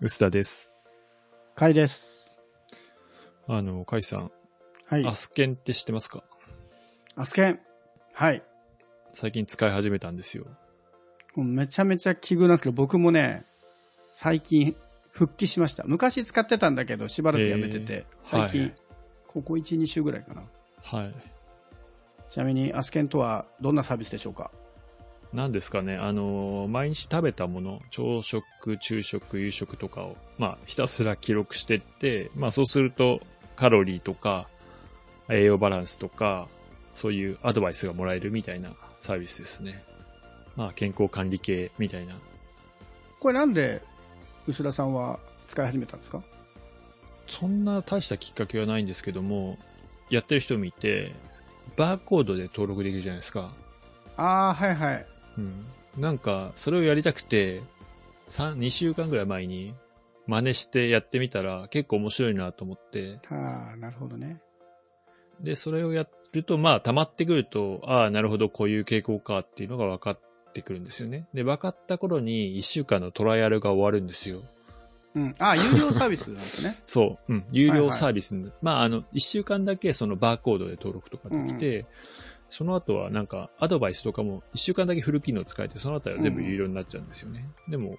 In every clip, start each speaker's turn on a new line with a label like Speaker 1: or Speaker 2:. Speaker 1: 薄田です。
Speaker 2: かいです。
Speaker 1: あの、カイさん、
Speaker 2: はい。
Speaker 1: アスケンって知ってますか
Speaker 2: アスケン。はい。
Speaker 1: 最近使い始めたんですよ。
Speaker 2: もうめちゃめちゃ奇遇なんですけど、僕もね、最近復帰しました。昔使ってたんだけど、しばらくやめてて、最近、
Speaker 1: はい
Speaker 2: ここ1、2週ぐらいかな。
Speaker 1: はい。
Speaker 2: ちなみに、アスケンとはどんなサービスでしょうか
Speaker 1: なんですかね、あの、毎日食べたもの、朝食、昼食、夕食とかを、まあ、ひたすら記録してって、まあ、そうすると、カロリーとか、栄養バランスとか、そういうアドバイスがもらえるみたいなサービスですね。まあ、健康管理系みたいな。
Speaker 2: これなんで、薄田さんは使い始めたんですか
Speaker 1: そんな大したきっかけはないんですけども、やってる人見て、バーコードで登録できるじゃないですか。
Speaker 2: ああ、はいはい。
Speaker 1: うん。なんか、それをやりたくて、三2週間ぐらい前に真似してやってみたら結構面白いなと思って、
Speaker 2: ああ、なるほどね。
Speaker 1: で、それをやると、まあ、溜まってくると、ああ、なるほど、こういう傾向かっていうのが分かってくるんですよね。で、分かった頃に1週間のトライアルが終わるんですよ。。
Speaker 2: うん。ああ、有料サービスなんですね
Speaker 1: そう、うん、有料サービスに、まあ、あの、1週間だけそのバーコードで登録とかできて、その後はなんか、アドバイスとかも1週間だけフル機能使えて、その後は全部有料になっちゃうんですよね。でも、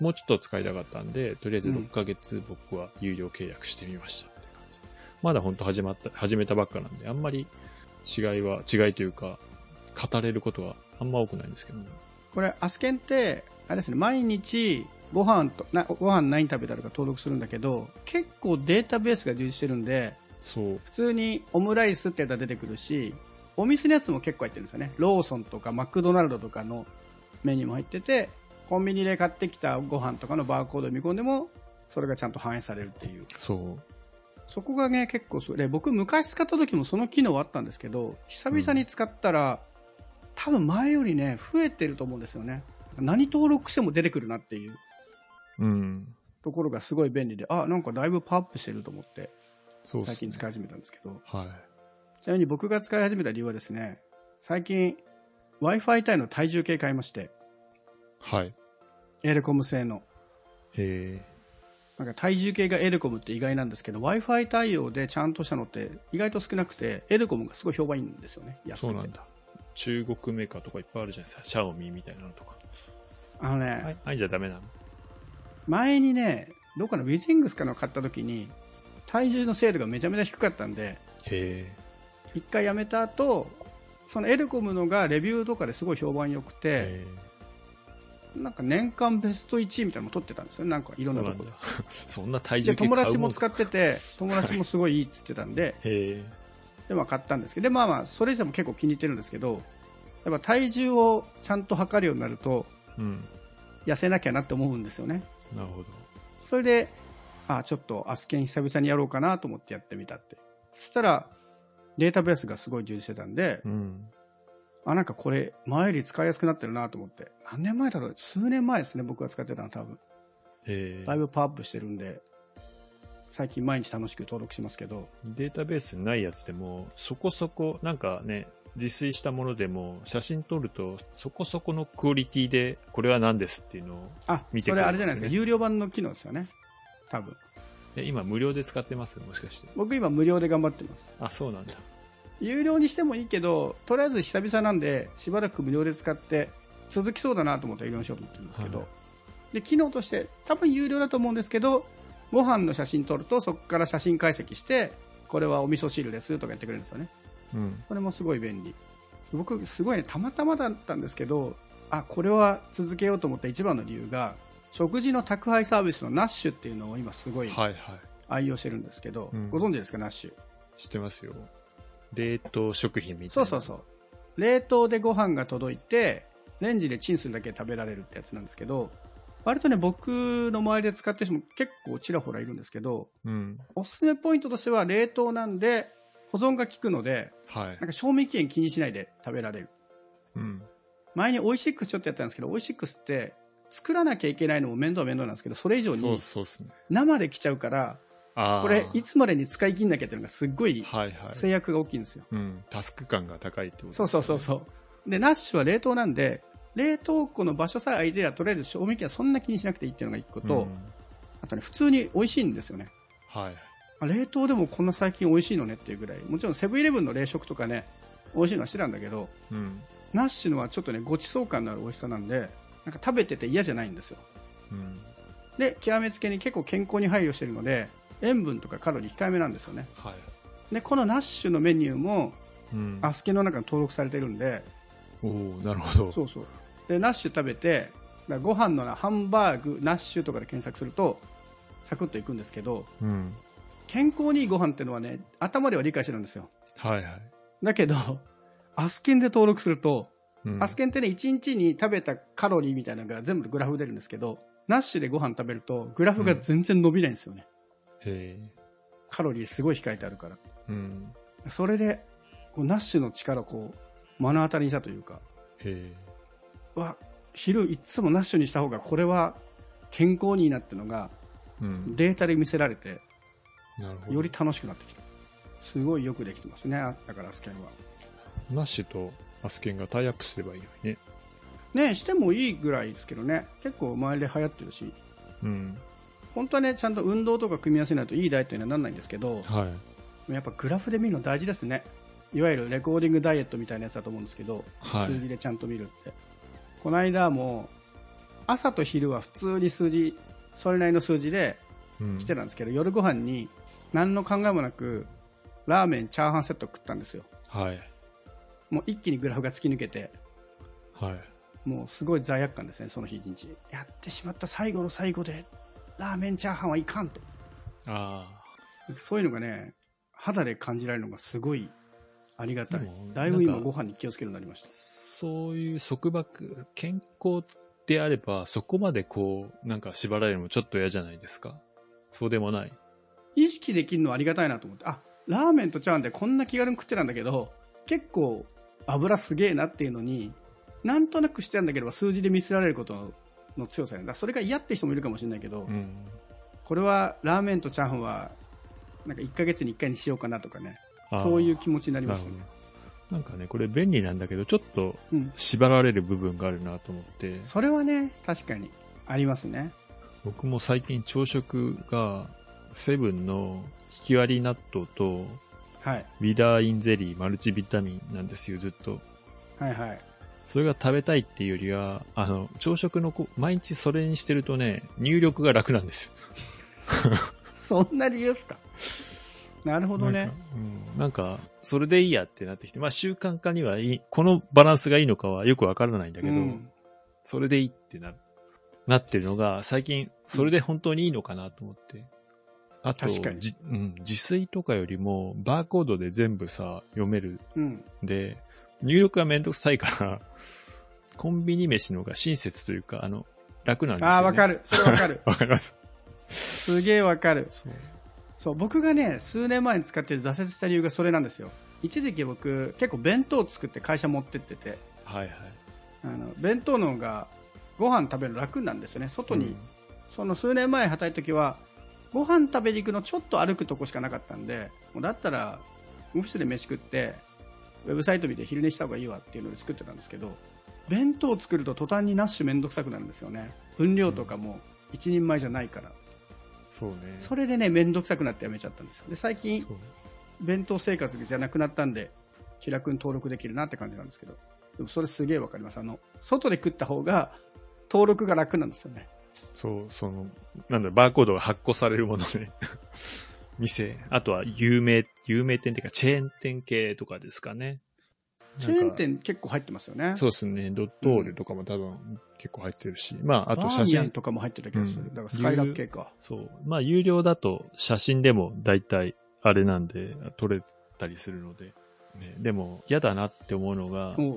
Speaker 1: もうちょっと使いたかったんで、とりあえず
Speaker 2: うん
Speaker 1: 6ヶ月僕は有料契約してみましたって感じ。まだ本当始まった、始めたばっかなんで、あんまり違いは、違いというか、語れることはあんま多くないんですけど、ね、
Speaker 2: これ、アスケンって、あれですね、毎日、ご飯となご飯何食べたのか登録するんだけど結構データベースが充実してるんで
Speaker 1: そう、
Speaker 2: 普通にオムライスってやったら出てくるしお店のやつも結構入ってるんですよねローソンとかマクドナルドとかのメニューも入っててコンビニで買ってきたご飯とかのバーコードを見込んでもそれがちゃんと反映されるっていう
Speaker 1: そう。
Speaker 2: そこがね結構それ僕昔使った時もその機能はあったんですけど久々に使ったら、多分前よりね増えてると思うんですよね何登録しても出てくるなっていう
Speaker 1: うん。
Speaker 2: ところがすごい便利であなんかだいぶパワーアップしてると思って
Speaker 1: そうで
Speaker 2: 最
Speaker 1: す
Speaker 2: 近
Speaker 1: ね。
Speaker 2: 使い始めたんですけど
Speaker 1: はい。
Speaker 2: ちなみに僕が使い始めた理由はですね、最近 Wi-Fi 対の体重計買いまして、
Speaker 1: はい。
Speaker 2: エレコム製の。
Speaker 1: へえ。
Speaker 2: なんか体重計がエレコムって意外なんですけど、Wi-Fi 対応でちゃんとしたのって意外と少なくて、エレコムがすごい評判いいんですよね。安くて
Speaker 1: そうなんだ。中国メーカーとかいっぱいあるじゃないですか。シャオミみたいなのとか。
Speaker 2: あのね、
Speaker 1: あい、あいじゃダメなの
Speaker 2: 前にね、どっかのウィズイングスかの買った時に、体重の精度がめちゃめちゃ低かったんで、
Speaker 1: へえ。
Speaker 2: 一回やめた後、そのエレコムのがレビューとかですごい評判良くて、
Speaker 1: へ
Speaker 2: なんか年間ベスト1位みたいなのも取ってたんですよね、なんかい
Speaker 1: えそ
Speaker 2: ろ
Speaker 1: うん
Speaker 2: な
Speaker 1: な
Speaker 2: とこ
Speaker 1: ん
Speaker 2: で
Speaker 1: だ。。そんな体重
Speaker 2: で
Speaker 1: 計
Speaker 2: 友達も使
Speaker 1: っ
Speaker 2: ってて友達もすごいいいっつってたんで,、
Speaker 1: て。へえ。
Speaker 2: でまあ、買ったんですけどで、まあ、まあそれ以上も結構気に入ってるんですけどやっぱ体重をちゃんと測るようになると
Speaker 1: うん。
Speaker 2: 痩せなきゃなって思うんですよね
Speaker 1: なるほど。
Speaker 2: それであちょっとアスケン久々にやろうかなと思ってやってみたってそしたらデータベースがすごい充実してたんで、
Speaker 1: うん。
Speaker 2: あなんかこれ前より使いやすくなってるなと思って何年前だろう数年前ですね僕が使ってたの多分
Speaker 1: へえ
Speaker 2: だいぶパワーアップしてるんで最近毎日楽しく登録しますけど
Speaker 1: データベースにないやつでも、そこそこ、なんかね、自炊したものでも、写真撮ると、そこそこのクオリティで、これは何ですっていうのを、
Speaker 2: あ、
Speaker 1: 見てく
Speaker 2: そ
Speaker 1: れ
Speaker 2: れ
Speaker 1: ますね
Speaker 2: あれじゃないですか、有料版の機能ですよね。多分。
Speaker 1: え今無料で使ってますもしかして。
Speaker 2: 僕今無料で頑張ってます。
Speaker 1: あ、そうなんだ。
Speaker 2: 有料にしてもいいけど、とりあえず久々なんで、しばらく無料で使って、続きそうだなと思って有料にしようと思ってるんですけど、
Speaker 1: はい
Speaker 2: で、機能として、多分有料だと思うんですけど、ご飯の写真撮ると、そこから写真解析して、これはお味噌汁ですとかやってくれるんですよね。
Speaker 1: うん。
Speaker 2: これもすごい便利。僕、すごいね、たまたまだったんですけど、あ、これは続けようと思った一番の理由が、食事の宅配サービスのナッシュっていうのを今すごい
Speaker 1: はいはい。
Speaker 2: 愛用してるんですけど、
Speaker 1: うん
Speaker 2: ご存知ですか、ナッシュ。
Speaker 1: 知ってますよ。冷凍食品みた
Speaker 2: そ
Speaker 1: いうな。
Speaker 2: そうそう。冷凍でご飯が届いて、レンジでチンするだけで食べられるってやつなんですけど、割とね、僕の周りで使ってる人も結構ちらほらいるんですけど、
Speaker 1: う。うん。
Speaker 2: おすすめポイントとしては冷凍なんで、保存が効くので、
Speaker 1: はい
Speaker 2: な。んか賞味期限気にしないで食べられる。
Speaker 1: うん。
Speaker 2: 前にオイシックスちょっとやったんですけど、オイシックスって作らなきゃいけないのも面倒は面倒なんですけど、それ以上
Speaker 1: そう
Speaker 2: に
Speaker 1: そうですね。
Speaker 2: 生で来ちゃうから、
Speaker 1: ああ。
Speaker 2: これいつまでに使い切んなきゃっていうのがすっごい
Speaker 1: はいはい。
Speaker 2: 制約が大きいんですよ。
Speaker 1: うん。タスク感が高いってことです
Speaker 2: そう
Speaker 1: ね
Speaker 2: そうそうそう。で、ナッシュは冷凍なんで、冷凍庫の場所さえ空いてりゃ、とりあえず賞味期限はそんな気にしなくていいっていうのが一個
Speaker 1: う
Speaker 2: と、
Speaker 1: ん
Speaker 2: あとね、普通に美味しいんですよね。
Speaker 1: はい。
Speaker 2: あ冷凍でもこんな最近美味しいのねっていうぐらい、もちろんセブンイレブンの冷食とかね、美味しいのは知らんだけど、
Speaker 1: うん。
Speaker 2: ナッシュのはちょっとね、ごちそう感のある美味しさなんで、なんか食べてて嫌じゃないんですよ。
Speaker 1: うん。
Speaker 2: で、極めつけに結構健康に配慮してるので、塩分とかカロリー控えめなんですよね。
Speaker 1: はい。
Speaker 2: で、このナッシュのメニューも、
Speaker 1: うん。
Speaker 2: アスケの中に登録されてるんで、
Speaker 1: おおなるほど。
Speaker 2: そうそう。で、ナッシュ食べて、だからご飯のなハンバーグ、ナッシュとかで検索すると、サクッといくんですけど、
Speaker 1: うん。
Speaker 2: 健康にいいご飯っていうのはね、頭では理解してるんですよ。
Speaker 1: はいはい。
Speaker 2: だけど、 アスケンで登録すると、
Speaker 1: うん
Speaker 2: アスケンってね、1日に食べたカロリーみたいなのが全部グラフ出るんですけど、ナッシュでご飯食べると、グラフが全然伸びないんですよね。
Speaker 1: へえ。
Speaker 2: カロリーすごい控えてあるから。
Speaker 1: うん。
Speaker 2: それで、こうナッシュの力をこう、目の当たりにしたというか、
Speaker 1: へえ。
Speaker 2: うわ、昼いっつもナッシュにした方が、これは健康にいいなってのが、
Speaker 1: うん。
Speaker 2: データで見せられて、
Speaker 1: なるほど。
Speaker 2: より楽しくなってきた。すごいよくできてますね、あだからアスケンは。
Speaker 1: ナッシュとアスケンがタイアップすればいいのにね。
Speaker 2: ね、してもいいぐらいですけどね、結構周りで流行ってるし、
Speaker 1: うん。
Speaker 2: 本当はね、ちゃんと運動とか組み合わせないといいダイエットにはならないんですけど、
Speaker 1: はい。
Speaker 2: やっぱグラフで見るの大事ですね。いわゆるレコーディングダイエットみたいなやつだと思うんですけど、
Speaker 1: はい
Speaker 2: 数字でちゃんと見るって。この間も、朝と昼は普通に数字、それなりの数字で
Speaker 1: うん。
Speaker 2: 来てたんですけど、夜ご飯に何の考えもなく、ラーメン、チャーハンセット食ったんですよ。
Speaker 1: はい。
Speaker 2: もう一気にグラフが突き抜けて、
Speaker 1: はい。
Speaker 2: もうすごい罪悪感ですね、その日一日。やってしまった最後の最後で、ラーメン、チャーハンはいかんと。
Speaker 1: あ
Speaker 2: そういうのがね、肌で感じられるのがすごいありがた
Speaker 1: で
Speaker 2: い
Speaker 1: も。
Speaker 2: だいぶ今
Speaker 1: なんか
Speaker 2: ご飯に気をつけるようになりま
Speaker 1: あ。
Speaker 2: した。
Speaker 1: そういう束縛、健康であれば、そこまでこう、なんか縛られるのもちょっと嫌じゃないですか。そうでもない。
Speaker 2: 意識できるのはありがたいなと思って、あ、ラーメンとチャーハンでこんな気軽に食ってたんだけど、結構油すげえなっていうのに、なんとなくしてたんだけど、数字で見せられることの強さやねだからそれが嫌って人もいるかもしれないけど、
Speaker 1: うん。
Speaker 2: これはラーメンとチャーハンは、なんか1ヶ月に1回にしようかなとかね、
Speaker 1: あー
Speaker 2: そういう気持ちになりましたね
Speaker 1: な。るほどなんかね、これ便利なんだけど、ちょっと
Speaker 2: うん。
Speaker 1: 縛られる部分があるなと思って、
Speaker 2: それはね、確かにありますね。
Speaker 1: 僕も最近朝食が、セブンの引き割り納豆と、
Speaker 2: はい。
Speaker 1: ビダーインゼリー、マルチビタミンなんですよ、ずっと。
Speaker 2: はいはい。
Speaker 1: それが食べたいっていうよりは、あの、朝食のこ、毎日それにしてるとね、入力が楽なんです。
Speaker 2: そんな理由ですか。なるほど
Speaker 1: なん
Speaker 2: ね
Speaker 1: か。。うん。なんか、それでいいやってなってきて、まあ習慣化にはいい、このバランスがいいのかはよくわからないんだけど、
Speaker 2: うん
Speaker 1: それでいいってな、なってるのが、最近、それで本当にいいのかなと思って。あと、
Speaker 2: 確かに
Speaker 1: じうん、自炊とかよりも、バーコードで全部さ、読める
Speaker 2: うん。
Speaker 1: んで、入力がめんどくさいから、 コンビニ飯の方が親切というか、あの、楽なんですよ、ね。
Speaker 2: ああ、わか
Speaker 1: る。。
Speaker 2: る。それわかる
Speaker 1: わかります。
Speaker 2: すげえわかる。
Speaker 1: そう。
Speaker 2: そう、僕がね、数年前に使ってる挫折した理由がそれなんですよ。一時期僕、結構弁当作って会社持ってってて、
Speaker 1: はいはい。
Speaker 2: あの、弁当の方がご飯食べるの楽なんですよね。外に、その数年前働いた時は、ご飯食べに行くのちょっと歩くとこしかなかったんで、もうだったら、オフィスで飯食って、ウェブサイト見て昼寝した方がいいわっていうので作ってたんですけど、弁当を作ると途端にナッシュめんどくさくなるんですよね。分量とかも一人前じゃないから。
Speaker 1: そうね。
Speaker 2: それでね、めんどくさくなってやめちゃったんですよ。で、最近、
Speaker 1: そう
Speaker 2: 弁当生活じゃなくなったんで、気楽に登録できるなって感じなんですけど、でもそれすげえわかります。あの、外で食った方が、登録が楽なんですよね。
Speaker 1: そう、その、なんだろう、バーコードが発行されるものね。 店。あとは有名、有名店っていうか、チェーン店系とかですかね。
Speaker 2: チェーン
Speaker 1: なんか
Speaker 2: 店結構入ってますよね。
Speaker 1: そうですね。ドットールとかも多分結構入ってるし。まあ、あと写
Speaker 2: バーミヤン
Speaker 1: 真。
Speaker 2: とかも入ってた気がする。
Speaker 1: うん
Speaker 2: だからスカイラック系か。
Speaker 1: そう。まあ、有料だと写真でも大体あれなんで、撮れたりするので。ね、でも、嫌だなって思うのが、
Speaker 2: もう、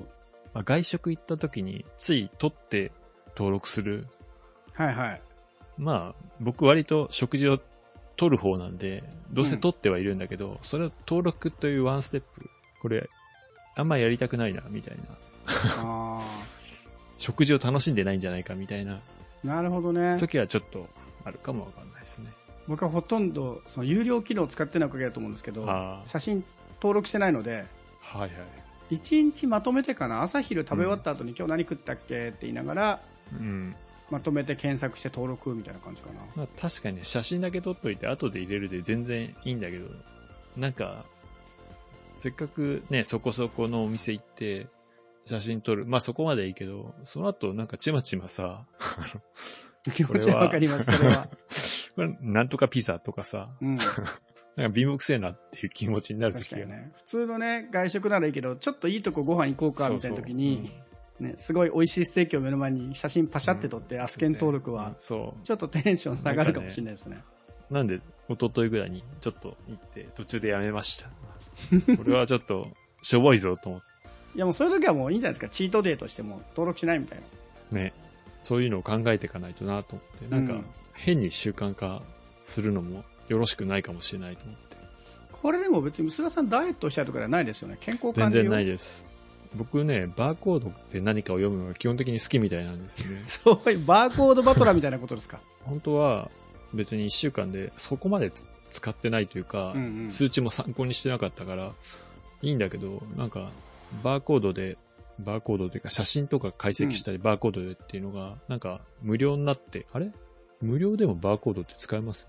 Speaker 1: まあ、外食行った時につい撮って登録する
Speaker 2: はい はい。
Speaker 1: まあ、僕割と食事を取る方なんで、どうせ取ってはいるんだけど、それを登録というワンステップ、これ、あんまやりたくないな、みたいな。
Speaker 2: あ
Speaker 1: 食事を楽しんでないんじゃないか、みたいな
Speaker 2: あ、なるほどね。
Speaker 1: 時はちょっとあるかもわかんないですね。
Speaker 2: 僕はほとんど、その有料機能を使ってないおかげだと思うんですけど
Speaker 1: あ、ー
Speaker 2: 写真登録してないので、
Speaker 1: はいはい。
Speaker 2: 1日まとめてかな、朝昼食べ終わった後に今日何食ったっけって言いながら、
Speaker 1: うん。
Speaker 2: まとめて検索して登録みたいな感じかな。
Speaker 1: まあ、確かにね、写真だけ撮っといて、後で入れるで全然いいんだけど、なんか、せっかくね、そこそこのお店行って、写真撮る。まあ、そこまでいいけど、その後、なんかちまちまさ、あの
Speaker 2: 気持ちはわかります、それ は。
Speaker 1: これなんとかピザとかさ、
Speaker 2: うん。
Speaker 1: なんか貧乏くせえなっていう気持ちになる
Speaker 2: 確
Speaker 1: 時
Speaker 2: か
Speaker 1: が
Speaker 2: にね。普通のね、外食ならいいけど、ちょっといいとこご飯行こうか、みたいな時に、ね、すごい美味しいステーキを目の前に写真パシャって撮って、アスケン登録は、
Speaker 1: そう
Speaker 2: ちょっとテンション下がるかもしれないですね。
Speaker 1: なんで、一昨日ぐらいにちょっと行って、途中でやめま した。これはちょっと、しょぼいぞと思っ
Speaker 2: いやもうそういう時はもういいんじゃないですか。チートデーとしても登録しないみたいな。
Speaker 1: て、ね、そういうのを考えていかないとなと思って、なん
Speaker 2: う
Speaker 1: か
Speaker 2: ん、
Speaker 1: 変に習慣化するのもよろしくないかもしれないと思って。
Speaker 2: これでも別に、須田さんダイエットしたいとかではないですよね。健康管
Speaker 1: 全
Speaker 2: 理
Speaker 1: 然ない
Speaker 2: い。。
Speaker 1: です。僕ね、バーコードって何かを読むのが基本的に好きみたいなんですよね
Speaker 2: そういうバーコードバトラーみたいなことです か。
Speaker 1: 本当は別に1週間でそこまでつ使ってないというか、
Speaker 2: うんうん
Speaker 1: 数値も参考にしてなかったから、いいんだけど、なんか、バーコードで、バーコードというか、写真とか解析したり、バーコードでっていうのが、なんか、無料になって、あれ無料でもバーコードって使えます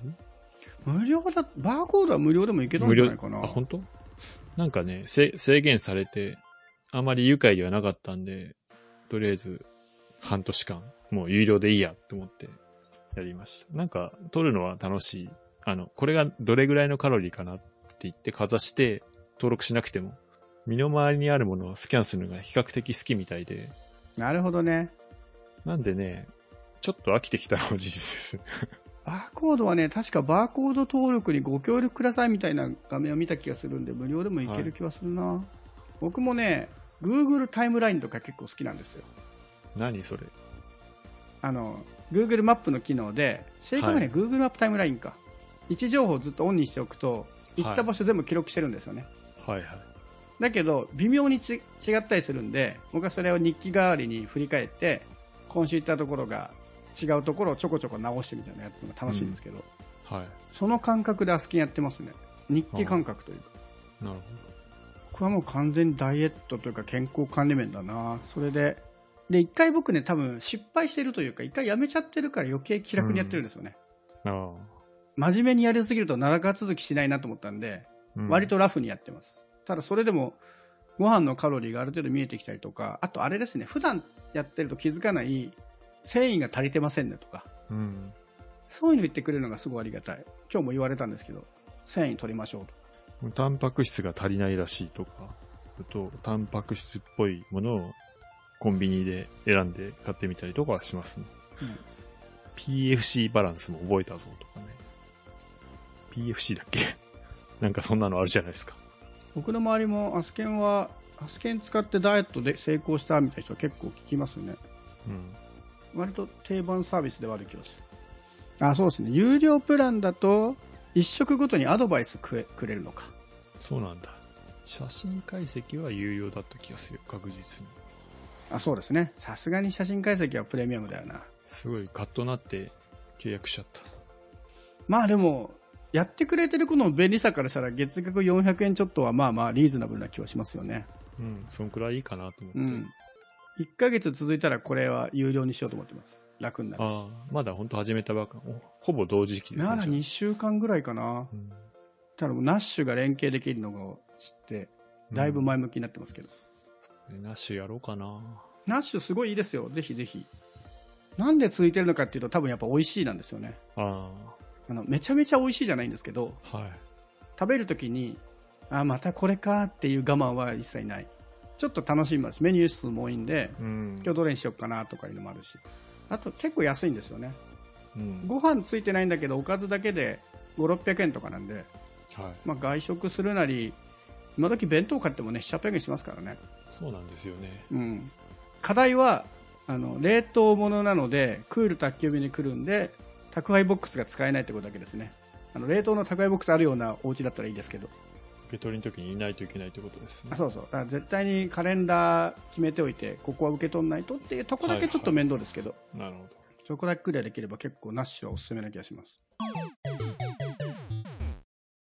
Speaker 2: 無料だ、バーコードは無料でもいけたん
Speaker 1: 無
Speaker 2: じゃ
Speaker 1: 料
Speaker 2: ないかな。
Speaker 1: あ、本当なんかね、せ制限されて、あまり愉快ではなかったんで、とりあえず、半年間、もう有料でいいやと思って、やりました。なんか、撮るのは楽しい。あの、これがどれぐらいのカロリーかなって言ってかざして、登録しなくても、身の回りにあるものをスキャンするのが比較的好きみたいで、
Speaker 2: なるほどね。
Speaker 1: なんでね、ちょっと飽きてきたのも事実ですね。
Speaker 2: バーコードはね、確かバーコード登録にご協力くださいみたいな画面を見た気がするんで、無料でもいける気はするな。僕もね、Google タイムラインとか結構好きなんですよ。
Speaker 1: 何それ。
Speaker 2: あの、Google マップの機能で、正確に
Speaker 1: はい
Speaker 2: は Google マップタイムラインか。位置情報をずっとオンにしておくと、行った場所全部記録してるんですよね。
Speaker 1: はいはい。
Speaker 2: だけど、微妙にち違ったりするんで、僕はそれを日記代わりに振り返って、今週行ったところが違うところをちょこちょこ直してみたいなのやってるのが楽しいんですけど、
Speaker 1: はい。
Speaker 2: その感覚でアスキンやってますね。日記感覚というか。
Speaker 1: なるほ
Speaker 2: 僕はもう完全にダイエットというか健康管理面だな。それで、で、一回僕ね、多分失敗してるというか、一回やめちゃってるから余計気楽にやってるんですよね。
Speaker 1: ど。あ
Speaker 2: 真面目にやりすぎると長続きしないなと思ったんで、
Speaker 1: あ。うん
Speaker 2: 割とラフにやってます。ただそれでも、ご飯のカロリーがある程度見えてきたりとか、あとあれですね、普段やってると気づかない繊維が足りてませんねとか、
Speaker 1: うん。
Speaker 2: そういうの言ってくれるのがすごいありがたい。今日も言われたんですけど、繊維取りましょうと。
Speaker 1: タンパク質が足りないらしいとか、あと、タンパク質っぽいものをコンビニで選んで買ってみたりとかはしますね。
Speaker 2: うん
Speaker 1: PFC バランスも覚えたぞとかね。PFC だっけ なんかそんなのあるじゃないですか。
Speaker 2: 僕の周りもアスケンは、アスケン使ってダイエットで成功したみたいな人は結構聞きますよね。
Speaker 1: うん。
Speaker 2: 割と定番サービスではある気がする。あ、そうですね。有料プランだと、一食ごとにアドバイスくえくれるのか。
Speaker 1: そうなんだ。写真解析は有用だった気がする。確実に。
Speaker 2: あ、そうですね。さすがに写真解析はプレミアムだよな。
Speaker 1: すごいカッとなって契約しちゃった。
Speaker 2: まあでも、やってくれてるこの便利さからしたら月額400円ちょっとはまあまあリーズナブルな気はしますよね。
Speaker 1: うん。そんくらいいいかなと思って。
Speaker 2: うん。1ヶ月続いたらこれは有料にしようと思ってます。楽になるし
Speaker 1: あ。あ、まだ本当始めたばっか。おほぼ同時期ですね
Speaker 2: なら2週間ぐらいかな。
Speaker 1: うん
Speaker 2: ただもうナッシュが連携できるのを知って、だいぶ前向きになってますけど。
Speaker 1: ナッシュやろうかな。
Speaker 2: ナッシュすごいいいですよ。ぜひぜひ。なんで続いてるのかっていうと多分やっぱ美味しいなんですよね。
Speaker 1: あ
Speaker 2: あの、めちゃめちゃ美味しいじゃないんですけど、
Speaker 1: あ、はい。
Speaker 2: 食べるときに、あ、またこれかっていう我慢は一切ない。ちょっと楽しみます。メニュー数も多いんで、
Speaker 1: うん
Speaker 2: 今日どれにしようかなとかいうのもあるし。あと結構安いんですよね。
Speaker 1: うん。
Speaker 2: ご飯ついてないんだけど、おかずだけで5、600円とかなんで、
Speaker 1: はい。
Speaker 2: まあ外食するなり、今時弁当買ってもね、700円しますからね。
Speaker 1: そうなんですよね。
Speaker 2: うん、課題はあの冷凍物なのでクール宅急便に来るんで宅配ボックスが使えないってことだけですねあの冷凍の宅配ボックスあるようなお家だったらいいですけど
Speaker 1: 受け取りの時にいないといけないということですね
Speaker 2: あ。そうそうだから絶対にカレンダー決めておいてここは受け取んないとっていうとこだけちょっと面倒ですけど、
Speaker 1: なるほど。
Speaker 2: そこだけクリアできれば結構ナッシュはおすすめな気がします